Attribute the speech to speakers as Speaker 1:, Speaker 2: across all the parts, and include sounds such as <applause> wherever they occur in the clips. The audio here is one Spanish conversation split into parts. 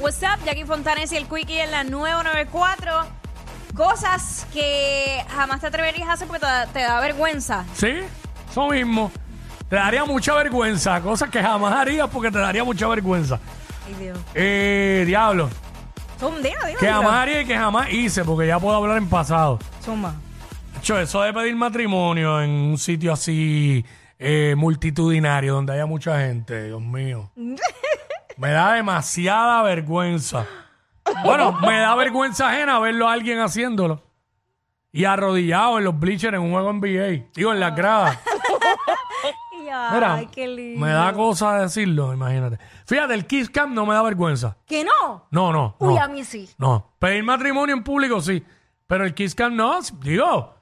Speaker 1: What's up, Jackie Fontanes y el Quickie en la 994. Cosas que jamás te atreverías a hacer porque te da, te da vergüenza.
Speaker 2: Sí, eso mismo. Te daría mucha vergüenza, cosas que jamás harías porque te daría mucha vergüenza.
Speaker 1: Ay, Dios.
Speaker 2: Eh, diablo,
Speaker 1: Zumba, dilo, dilo,
Speaker 2: que
Speaker 1: dilo.
Speaker 2: jamás haría y que jamás hice porque ya puedo hablar en pasado.
Speaker 1: Zumba.
Speaker 2: Hecho, eso de pedir matrimonio en un sitio así eh, multitudinario donde haya mucha gente, Dios mío. Me da demasiada vergüenza. Bueno, me da vergüenza ajena verlo a alguien haciéndolo. Y arrodillado en los bleachers en un juego NBA. Digo, en las gradas.
Speaker 1: Ay, ay,
Speaker 2: Mira,
Speaker 1: qué lindo.
Speaker 2: me da cosa decirlo, imagínate. Fíjate, el kiss cam no me da vergüenza.
Speaker 1: ¿Que no?
Speaker 2: No, no.
Speaker 1: Uy,
Speaker 2: no,
Speaker 1: a mí sí.
Speaker 2: No. Pedir matrimonio en público, sí. Pero el kiss cam no. Digo,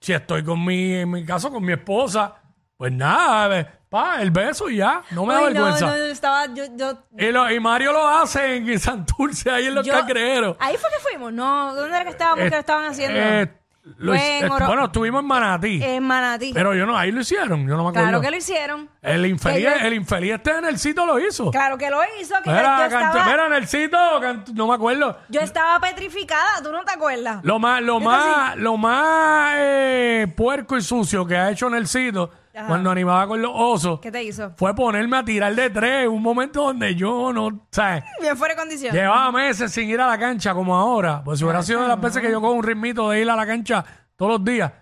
Speaker 2: si estoy con mi, en mi caso, con mi esposa, pues nada, eh, pa, el beso y ya. No me da
Speaker 1: Ay, no,
Speaker 2: vergüenza.
Speaker 1: no, yo estaba, yo, yo,
Speaker 2: Y, lo- y Mario lo hace en Santurce, ahí en los
Speaker 1: yo-
Speaker 2: cangrejeros.
Speaker 1: Ahí fue que fuimos, no, ¿dónde era que estábamos?
Speaker 2: Eh,
Speaker 1: que lo estaban haciendo?
Speaker 2: eh, lo hic-
Speaker 1: Fue en
Speaker 2: eh,
Speaker 1: Oro-
Speaker 2: bueno, estuvimos en Manatí.
Speaker 1: en Manatí.
Speaker 2: pero yo no, ahí lo hicieron. Yo no me acuerdo.
Speaker 1: claro que lo hicieron.
Speaker 2: el infeliz,
Speaker 1: que yo-
Speaker 2: el infeliz este en el sitio lo hizo.
Speaker 1: Claro que lo hizo. Que yo,
Speaker 2: Mira,
Speaker 1: estaba,
Speaker 2: canto, mira, Nelsito, canto- no me acuerdo.
Speaker 1: yo estaba petrificada, ¿tú no te acuerdas?
Speaker 2: Lo más, lo más, lo más eh, puerco y sucio que ha hecho Nelsito
Speaker 1: Ajá.
Speaker 2: cuando animaba con los osos
Speaker 1: ¿Qué te hizo?
Speaker 2: fue ponerme a tirar de tres, un momento donde yo no, ¿sabes?
Speaker 1: Bien fuera de condición.
Speaker 2: Llevaba meses sin ir a la cancha como ahora. Pues si hubiera sido de las veces que yo con un ritmito de ir a la cancha todos los días.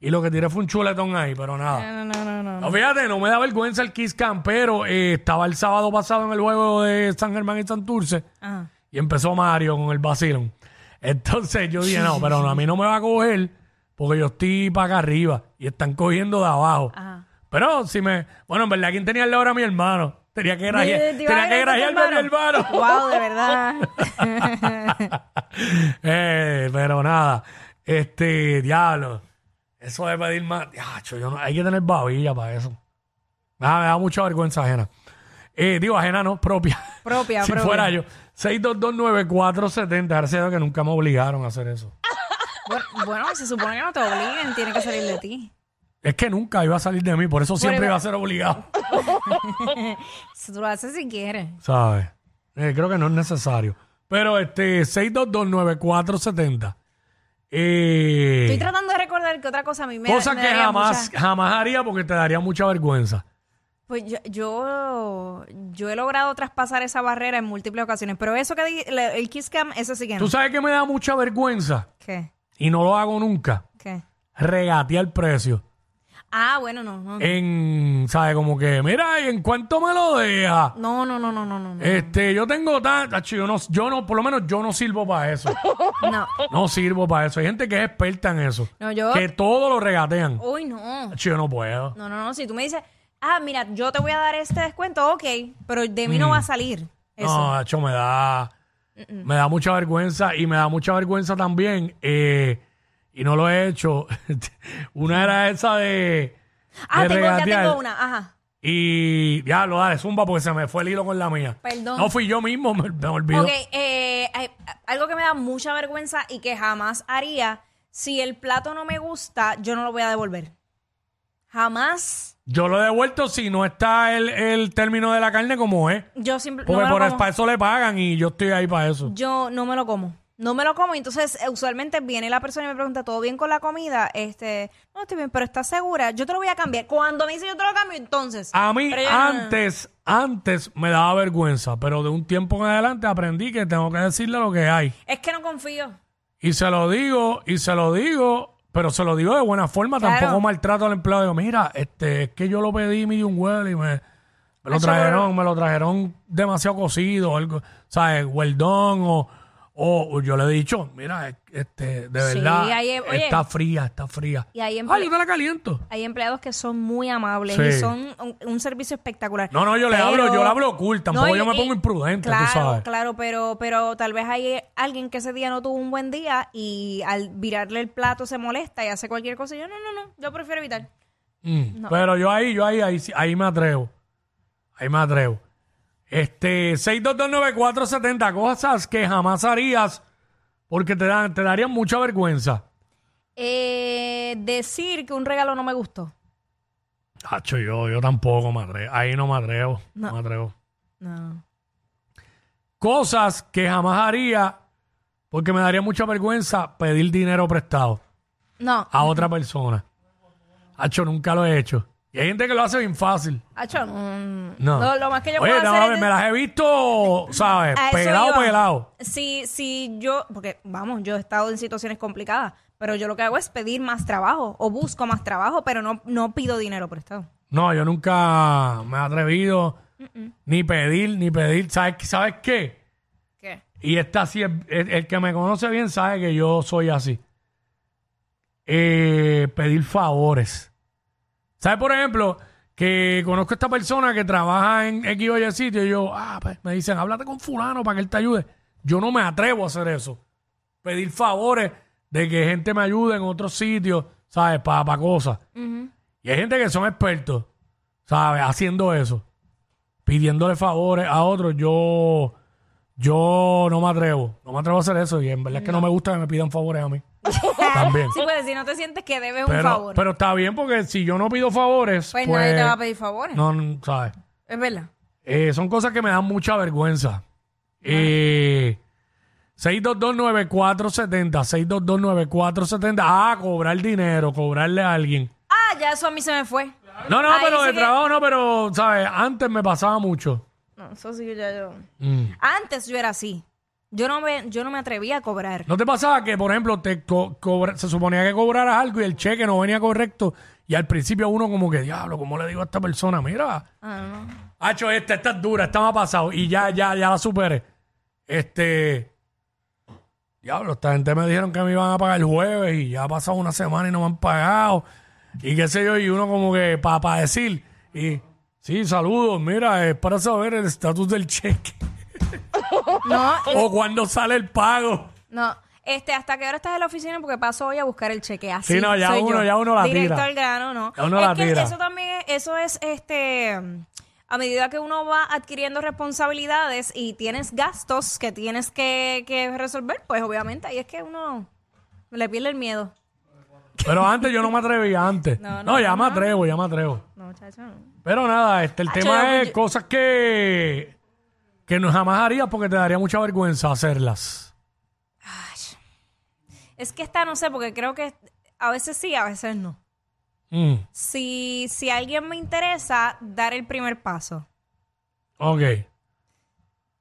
Speaker 2: Y lo que tiré fue un chuletón ahí, pero nada.
Speaker 1: No, no, no, no.
Speaker 2: No, fíjate, no me da vergüenza el Kiss Camp, pero eh, estaba el sábado pasado en el juego de San Germán y Santurce.
Speaker 1: Ajá.
Speaker 2: Y empezó Mario con el vacilón. <laughs> Entonces yo dije, no, pero a mí no me va a coger porque yo estoy para acá arriba y están cogiendo de abajo.
Speaker 1: Ajá.
Speaker 2: Pero si me... Bueno, en verdad, ¿quién tenía al lado era mi hermano?
Speaker 1: <laughs>
Speaker 2: Tenía que grajear,
Speaker 1: Te- te iba
Speaker 2: tenía
Speaker 1: a
Speaker 2: que
Speaker 1: agradecer
Speaker 2: grajearme a mi hermano.
Speaker 1: <laughs> Wow,
Speaker 2: <laughs>
Speaker 1: de verdad.
Speaker 2: Eh, pero nada, este, diablo. Eso de pedir más... diacho, yo no- hay que tener babilla para eso. Nada, me da mucha vergüenza ajena. Eh, digo, ajena no, propia.
Speaker 1: propia,
Speaker 2: <laughs> si
Speaker 1: propia.
Speaker 2: fuera yo. 6229470. Gracias a Dios que nunca me obligaron a hacer eso.
Speaker 1: Bueno, bueno, se supone que no te obliguen, tiene que salir de ti.
Speaker 2: Es que nunca iba a salir de mí, por eso siempre
Speaker 1: Por el-
Speaker 2: iba a ser obligado. <laughs>
Speaker 1: Si tú lo haces si quieres.
Speaker 2: ¿Sabes? Eh, creo que no es necesario. Pero este, 6229470.
Speaker 1: Estoy
Speaker 2: Eh,
Speaker 1: tratando de recordar que otra cosa a mí me
Speaker 2: cosa
Speaker 1: me
Speaker 2: que
Speaker 1: daría
Speaker 2: jamás,
Speaker 1: mucha-
Speaker 2: jamás haría porque te daría mucha vergüenza.
Speaker 1: Pues yo, yo, yo he logrado traspasar esa barrera en múltiples ocasiones, pero eso que di- le- el kiss cam, eso sí que no.
Speaker 2: Tú sabes que me da mucha vergüenza
Speaker 1: ¿Qué?
Speaker 2: y no lo hago nunca.
Speaker 1: ¿Qué?
Speaker 2: Regatear precio.
Speaker 1: Ah, bueno, no, no.
Speaker 2: En, ¿sabes? Como que, mira, ¿y en cuánto me lo deja?
Speaker 1: No, no, no, no, no, no. no.
Speaker 2: Este, yo tengo tantas, yo no, yo no, por lo menos yo no sirvo para eso.
Speaker 1: No.
Speaker 2: No sirvo para eso. Hay gente que es experta en eso.
Speaker 1: No, yo-
Speaker 2: Que todo lo regatean.
Speaker 1: Uy, no.
Speaker 2: Yo no puedo.
Speaker 1: No, no, no. Si tú me dices, ah, mira, yo te voy a dar este descuento, ok, pero de mí
Speaker 2: Mm.
Speaker 1: no va a salir
Speaker 2: Ah,
Speaker 1: eso.
Speaker 2: No, hecho, me da. Me da mucha vergüenza y me da mucha vergüenza también. eh, y no lo he hecho. <laughs> una era esa de.
Speaker 1: ah,
Speaker 2: de
Speaker 1: tengo, ya
Speaker 2: regatear.
Speaker 1: tengo una. Ajá.
Speaker 2: Y ya lo dale, zumba, porque se me fue el hilo con la mía.
Speaker 1: Perdón.
Speaker 2: No fui yo mismo, <laughs> me, me olvidó.
Speaker 1: Ok, eh, hay- algo que me da mucha vergüenza y que jamás haría, si el plato no me gusta, yo no lo voy a devolver. Jamás.
Speaker 2: Yo lo he devuelto si no está el, el término de la carne como es.
Speaker 1: Yo siempre no
Speaker 2: Porque
Speaker 1: me lo
Speaker 2: por
Speaker 1: como.
Speaker 2: para eso le pagan y yo estoy ahí para eso.
Speaker 1: Yo no me lo como. No me lo como. Y entonces, eh, usualmente viene la persona y me pregunta, ¿todo bien con la comida? Este, no estoy bien, pero ¿estás segura? Yo te lo voy a cambiar. Cuando me dice yo te lo cambio, entonces.
Speaker 2: A mí
Speaker 1: Pero yo, no, no, no.
Speaker 2: antes, antes me daba vergüenza, pero de un tiempo en adelante aprendí que tengo que decirle lo que hay.
Speaker 1: Es que no confío.
Speaker 2: Y se lo digo, y se lo digo, pero se lo digo de buena forma,
Speaker 1: Claro.
Speaker 2: tampoco maltrato al empleado. Digo, mira, este, es que yo lo pedí, me dio un huevo y me, me lo
Speaker 1: Eso
Speaker 2: trajeron, me lo trajeron demasiado cocido, algo, ¿sabes? Hueldón o, o, o yo le he dicho, mira, este, de
Speaker 1: Sí,
Speaker 2: verdad,
Speaker 1: ahí es- oye.
Speaker 2: está fría, está fría.
Speaker 1: Y ahí emple-
Speaker 2: Ah, yo te la caliento.
Speaker 1: Hay empleados que son muy amables
Speaker 2: Sí.
Speaker 1: y son un, un servicio espectacular.
Speaker 2: No, no, yo le
Speaker 1: Pero-
Speaker 2: hablo, yo le hablo cool, tampoco
Speaker 1: y-
Speaker 2: yo me
Speaker 1: y-
Speaker 2: pongo imprudente, tú
Speaker 1: claro,
Speaker 2: sabes.
Speaker 1: Claro, pero, pero tal vez hay alguien que ese día no tuvo un buen día y al virarle el plato se molesta y hace cualquier cosa. Y yo, no, no, no, yo prefiero evitar.
Speaker 2: Mm, Pero yo ahí, yo ahí, ahí, sí- ahí me atrevo. Ahí me atrevo. Este, 6229470, cosas que jamás harías porque te, dan, te darían mucha vergüenza.
Speaker 1: Eh, decir que un regalo no me gustó.
Speaker 2: Hacho, yo, yo tampoco me atrevo. Ahí no me atrevo. No.
Speaker 1: No.
Speaker 2: me atrevo.
Speaker 1: No.
Speaker 2: Cosas que jamás haría porque me daría mucha vergüenza pedir dinero prestado
Speaker 1: No.
Speaker 2: a otra persona. Hacho, nunca lo he hecho. Y hay gente que lo hace bien fácil.
Speaker 1: Acho, no.
Speaker 2: No.
Speaker 1: Lo, lo más que yo
Speaker 2: Oye,
Speaker 1: puedo
Speaker 2: no,
Speaker 1: hacer
Speaker 2: a
Speaker 1: es
Speaker 2: ver,
Speaker 1: de-
Speaker 2: me las he visto, ¿sabes?
Speaker 1: A eso
Speaker 2: Pelado,
Speaker 1: iba.
Speaker 2: pelado.
Speaker 1: Si, si yo, porque vamos, yo he estado en situaciones complicadas, pero yo lo que hago es pedir más trabajo o busco más trabajo, pero no, no pido dinero prestado.
Speaker 2: No, yo nunca me he atrevido ni pedir, ni pedir. ¿Sabes, qué- ¿Sabes qué?
Speaker 1: ¿Qué?
Speaker 2: Y esta sí, es- el, el que me conoce bien sabe que yo soy así. Eh, pedir favores. ¿Sabes, por ejemplo, que conozco a esta persona que trabaja en X o Y sitio y yo, ah, pues, me dicen, háblate con fulano para que él te ayude. Yo no me atrevo a hacer eso. Pedir favores de que gente me ayude en otros sitios, ¿sabes? Para cosas. Y hay gente que son expertos, ¿sabes? Haciendo eso. Pidiéndole favores a otros. Yo, yo no me atrevo. No me atrevo a hacer eso. Y en verdad es que no me gusta que me pidan favores a mí. También.
Speaker 1: Sí, pues si no te sientes que debes un
Speaker 2: Pero,
Speaker 1: favor,
Speaker 2: pero está bien porque si yo no pido favores,
Speaker 1: pues,
Speaker 2: pues,
Speaker 1: nadie te va a pedir favores.
Speaker 2: no, no, ¿sabes?
Speaker 1: Es verdad.
Speaker 2: Eh, son cosas que me dan mucha
Speaker 1: Ah.
Speaker 2: vergüenza. Eh, 6229470, 6229470. Ah, cobrar dinero, cobrarle a alguien.
Speaker 1: Ah, ya eso a mí se me fue.
Speaker 2: No, no,
Speaker 1: Ahí
Speaker 2: pero
Speaker 1: sí
Speaker 2: de
Speaker 1: que-
Speaker 2: trabajo no, pero, ¿sabes? Antes me pasaba mucho.
Speaker 1: No, eso sí que ya yo.
Speaker 2: Mm.
Speaker 1: Antes yo era así. Yo no me, yo no me atrevía a cobrar.
Speaker 2: ¿No te pasaba que, por ejemplo, te co- cobra- se suponía que cobraras algo y el cheque no venía correcto? Y al principio uno como que, diablo, ¿cómo le digo a esta persona? Mira,
Speaker 1: Ah, no.
Speaker 2: hacho esta, esta es dura, esta me ha pasado. Y ya, ya, ya la superé. Este, diablo, esta gente me dijeron que me iban a pagar el jueves y ya ha pasado una semana y no me han pagado. Y qué sé yo, y uno como que para decir, y sí, saludos, mira, es para saber el estatus del cheque
Speaker 1: No,
Speaker 2: o cuándo sale el pago.
Speaker 1: No, este, ¿hasta qué hora estás en la oficina? Porque paso hoy a buscar el cheque. Así
Speaker 2: Sí, no, ya
Speaker 1: soy
Speaker 2: uno-
Speaker 1: yo.
Speaker 2: ya uno la
Speaker 1: Directo
Speaker 2: tira.
Speaker 1: al grano, no.
Speaker 2: Ya uno
Speaker 1: es
Speaker 2: la
Speaker 1: que
Speaker 2: tira.
Speaker 1: eso también, es- eso es este. A medida que uno va adquiriendo responsabilidades y tienes gastos que tienes que, que resolver, pues obviamente ahí es que uno le pierde el miedo.
Speaker 2: Pero antes yo no me atrevía, antes. No,
Speaker 1: No, no,
Speaker 2: ya me
Speaker 1: no.
Speaker 2: atrevo, ya me atrevo.
Speaker 1: No, chacho. no.
Speaker 2: Pero nada, este, el
Speaker 1: Ah,
Speaker 2: tema
Speaker 1: yo no-
Speaker 2: es
Speaker 1: yo-
Speaker 2: cosas que, que no jamás harías porque te daría mucha vergüenza hacerlas.
Speaker 1: Es que esta no sé, porque creo que a veces sí, a veces no.
Speaker 2: Mm,
Speaker 1: Si, si alguien me interesa, dar el primer paso.
Speaker 2: ok.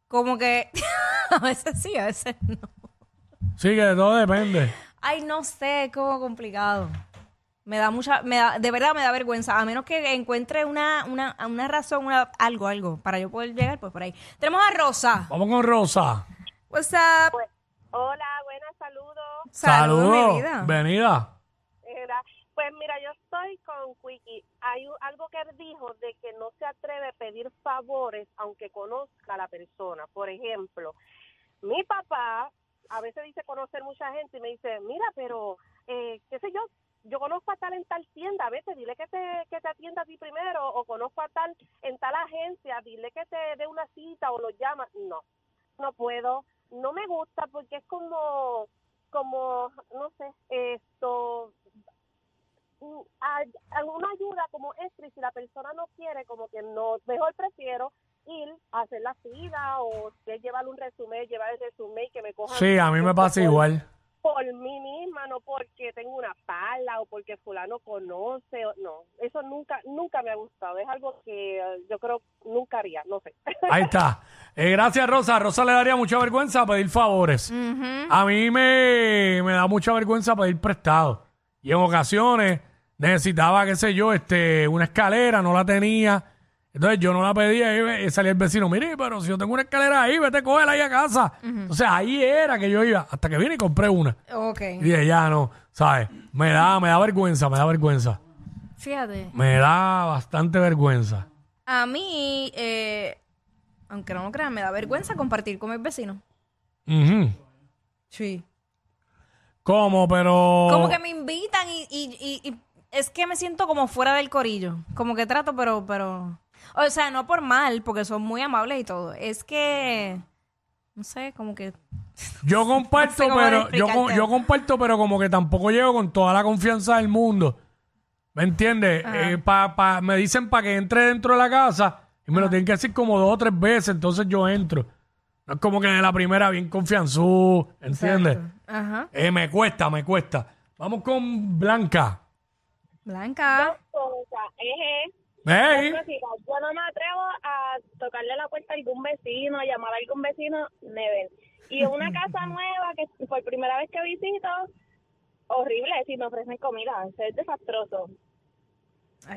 Speaker 1: Como que <laughs> a veces sí, a veces no.
Speaker 2: Sí, que todo depende.
Speaker 1: Ay, no sé, es como complicado. Me da mucha, me da, de verdad me da vergüenza. A menos que encuentre una, una, una razón, una, algo, algo, para yo poder llegar, pues por ahí. Tenemos a Rosa.
Speaker 2: Vamos con Rosa.
Speaker 1: What's up?
Speaker 3: Hola, buenas, saludos.
Speaker 1: Saludos,
Speaker 2: Saludos.
Speaker 1: mi vida.
Speaker 2: Venida.
Speaker 3: Era- Pues mira, yo estoy con Quiki. Hay un- algo que él dijo de que no se atreve a pedir favores aunque conozca a la persona. Por ejemplo, mi papá a veces dice conocer mucha gente y me dice, mira, pero eh, qué sé yo, yo conozco a tal en tal tienda, vete, dile que te, que te atienda a ti primero o conozco a tal en tal agencia, dile que te dé una cita o lo llama. No, no puedo, no me gusta porque es como, como, no sé, esto, mm, a- alguna ayuda como extra y si la persona no quiere, como que no, mejor prefiero ir a hacer la fila o si es llevar un resumen, llevar el resumen y que me cojan.
Speaker 2: Sí, a mí me pasa igual.
Speaker 3: Por mí misma, no porque tengo una pala o porque fulano conoce. o- no, eso nunca, nunca me ha gustado. Es algo que eh, yo creo nunca haría, no sé. <laughs>
Speaker 2: Ahí está. Eh, gracias, Rosa. A Rosa le daría mucha vergüenza pedir favores. A mí me, me da mucha vergüenza pedir prestado. Y en ocasiones necesitaba, qué sé yo, este, una escalera, no la tenía. Entonces yo no la pedía y ve- y salía el vecino, mire, pero si yo tengo una escalera ahí, vete, cógela ahí a casa. Entonces ahí era que yo iba, hasta que vine y compré una.
Speaker 1: Ok.
Speaker 2: Y dije, ya no, ¿sabes? Me da, me da vergüenza, me da vergüenza.
Speaker 1: Fíjate.
Speaker 2: Me da bastante vergüenza.
Speaker 1: A mí, eh, aunque no lo crean, me da vergüenza compartir con mis vecinos.
Speaker 2: Ujú.
Speaker 1: Sí.
Speaker 2: ¿Cómo? Pero...
Speaker 1: Como que me invitan y, y- y- y es que me siento como fuera del corillo. Como que trato, pero, pero. O sea, no por mal, porque son muy amables y todo. Es que. No sé, como que.
Speaker 2: Yo comparto,
Speaker 1: No sé cómo
Speaker 2: pero yo,
Speaker 1: explicártelo.
Speaker 2: co- yo comparto, pero como que tampoco llego con toda la confianza del mundo. ¿Me entiendes? Eh, pa- pa- me dicen para que entre dentro de la casa y me lo tienen que decir como dos o tres veces, entonces yo entro. No es como que de la primera bien confianzú, ¿entiendes?
Speaker 1: Ajá.
Speaker 2: Eh, me cuesta, me cuesta. Vamos con Blanca.
Speaker 1: Blanca.
Speaker 3: O sea, es- es-
Speaker 2: ¡Ey!
Speaker 3: Pero si Yo no me atrevo a tocarle la puerta a algún vecino, a llamar a algún vecino, never. Y en una casa nueva que por primera vez que visito, horrible, si me ofrecen comida, eso es desastroso.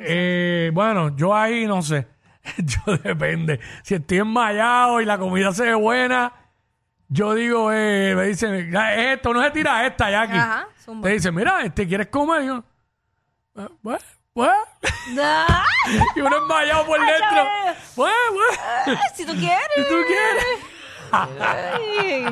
Speaker 2: Eh, bueno, yo ahí no sé. <laughs> yo depende. Si estoy enmayado y la comida se ve buena, yo digo, eh, me dicen, "Ya, es esto no se tira esta, Jackie.
Speaker 1: Ajá, zumba.
Speaker 2: Te dicen, mira, este, ¿quieres comer? Y yo, "Ah, bueno, bueno".
Speaker 1: Ah,
Speaker 2: <laughs>
Speaker 1: <laughs>
Speaker 2: y uno enmayado por dentro. Pues,
Speaker 1: ya
Speaker 2: Bueno, bueno.
Speaker 1: si tú quieres.
Speaker 2: Si tú quieres.
Speaker 1: Ay,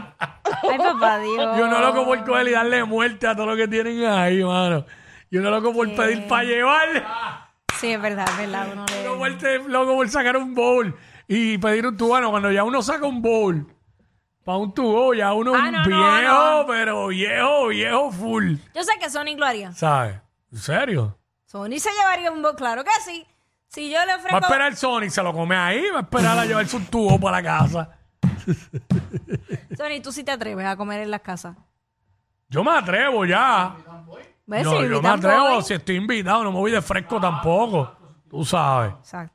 Speaker 1: Ay, papá Dios.
Speaker 2: Yo no loco
Speaker 1: Ah.
Speaker 2: por coger y darle muerte a todo lo que tienen ahí, mano. Yo no loco por pedir para llevar.
Speaker 1: Sí, es verdad, es verdad. Uno le-
Speaker 2: Loco por, te- loco por sacar un bowl y pedir un tubano. Cuando ya uno saca un bowl para un tubo, ya uno es
Speaker 1: Ah,
Speaker 2: un
Speaker 1: no, no,
Speaker 2: viejo, pero viejo, viejo full.
Speaker 1: Yo sé que Sonic lo haría.
Speaker 2: ¿Sabes? ¿En serio?
Speaker 1: Sonic se llevaría un bo... Claro que sí. Si yo le
Speaker 2: Va a
Speaker 1: ofrezco.
Speaker 2: esperar Sonic, se lo come ahí, va a esperar a llevarse un tubo para la casa.
Speaker 1: Sonic, tú sí te atreves a comer en las casas.
Speaker 2: Yo me atrevo ya.
Speaker 1: ¿Ves?
Speaker 2: Yo,
Speaker 1: Si
Speaker 2: yo me
Speaker 1: Pues invitan
Speaker 2: atrevo
Speaker 1: boy.
Speaker 2: si estoy invitado, no me voy de fresco tampoco. Tú sabes,
Speaker 1: Exacto.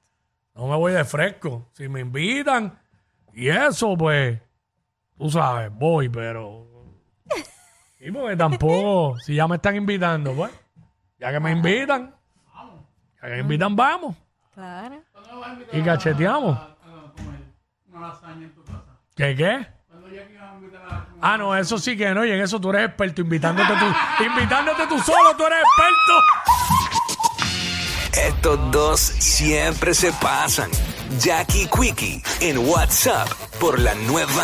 Speaker 2: no me voy de fresco. Si me invitan y eso, pues, tú sabes, voy, pero... Y porque tampoco, si ya me están invitando, pues, ya que me invitan, ya que me invitan, vamos.
Speaker 1: Claro.
Speaker 2: Y cacheteamos. ¿Qué qué? Ah, no, eso sí que no, y en eso tú eres experto, invitándote tú, invitándote tú solo, tú eres experto.
Speaker 4: Estos dos siempre se pasan. Jackie Quickie en WhatsApp por la nueva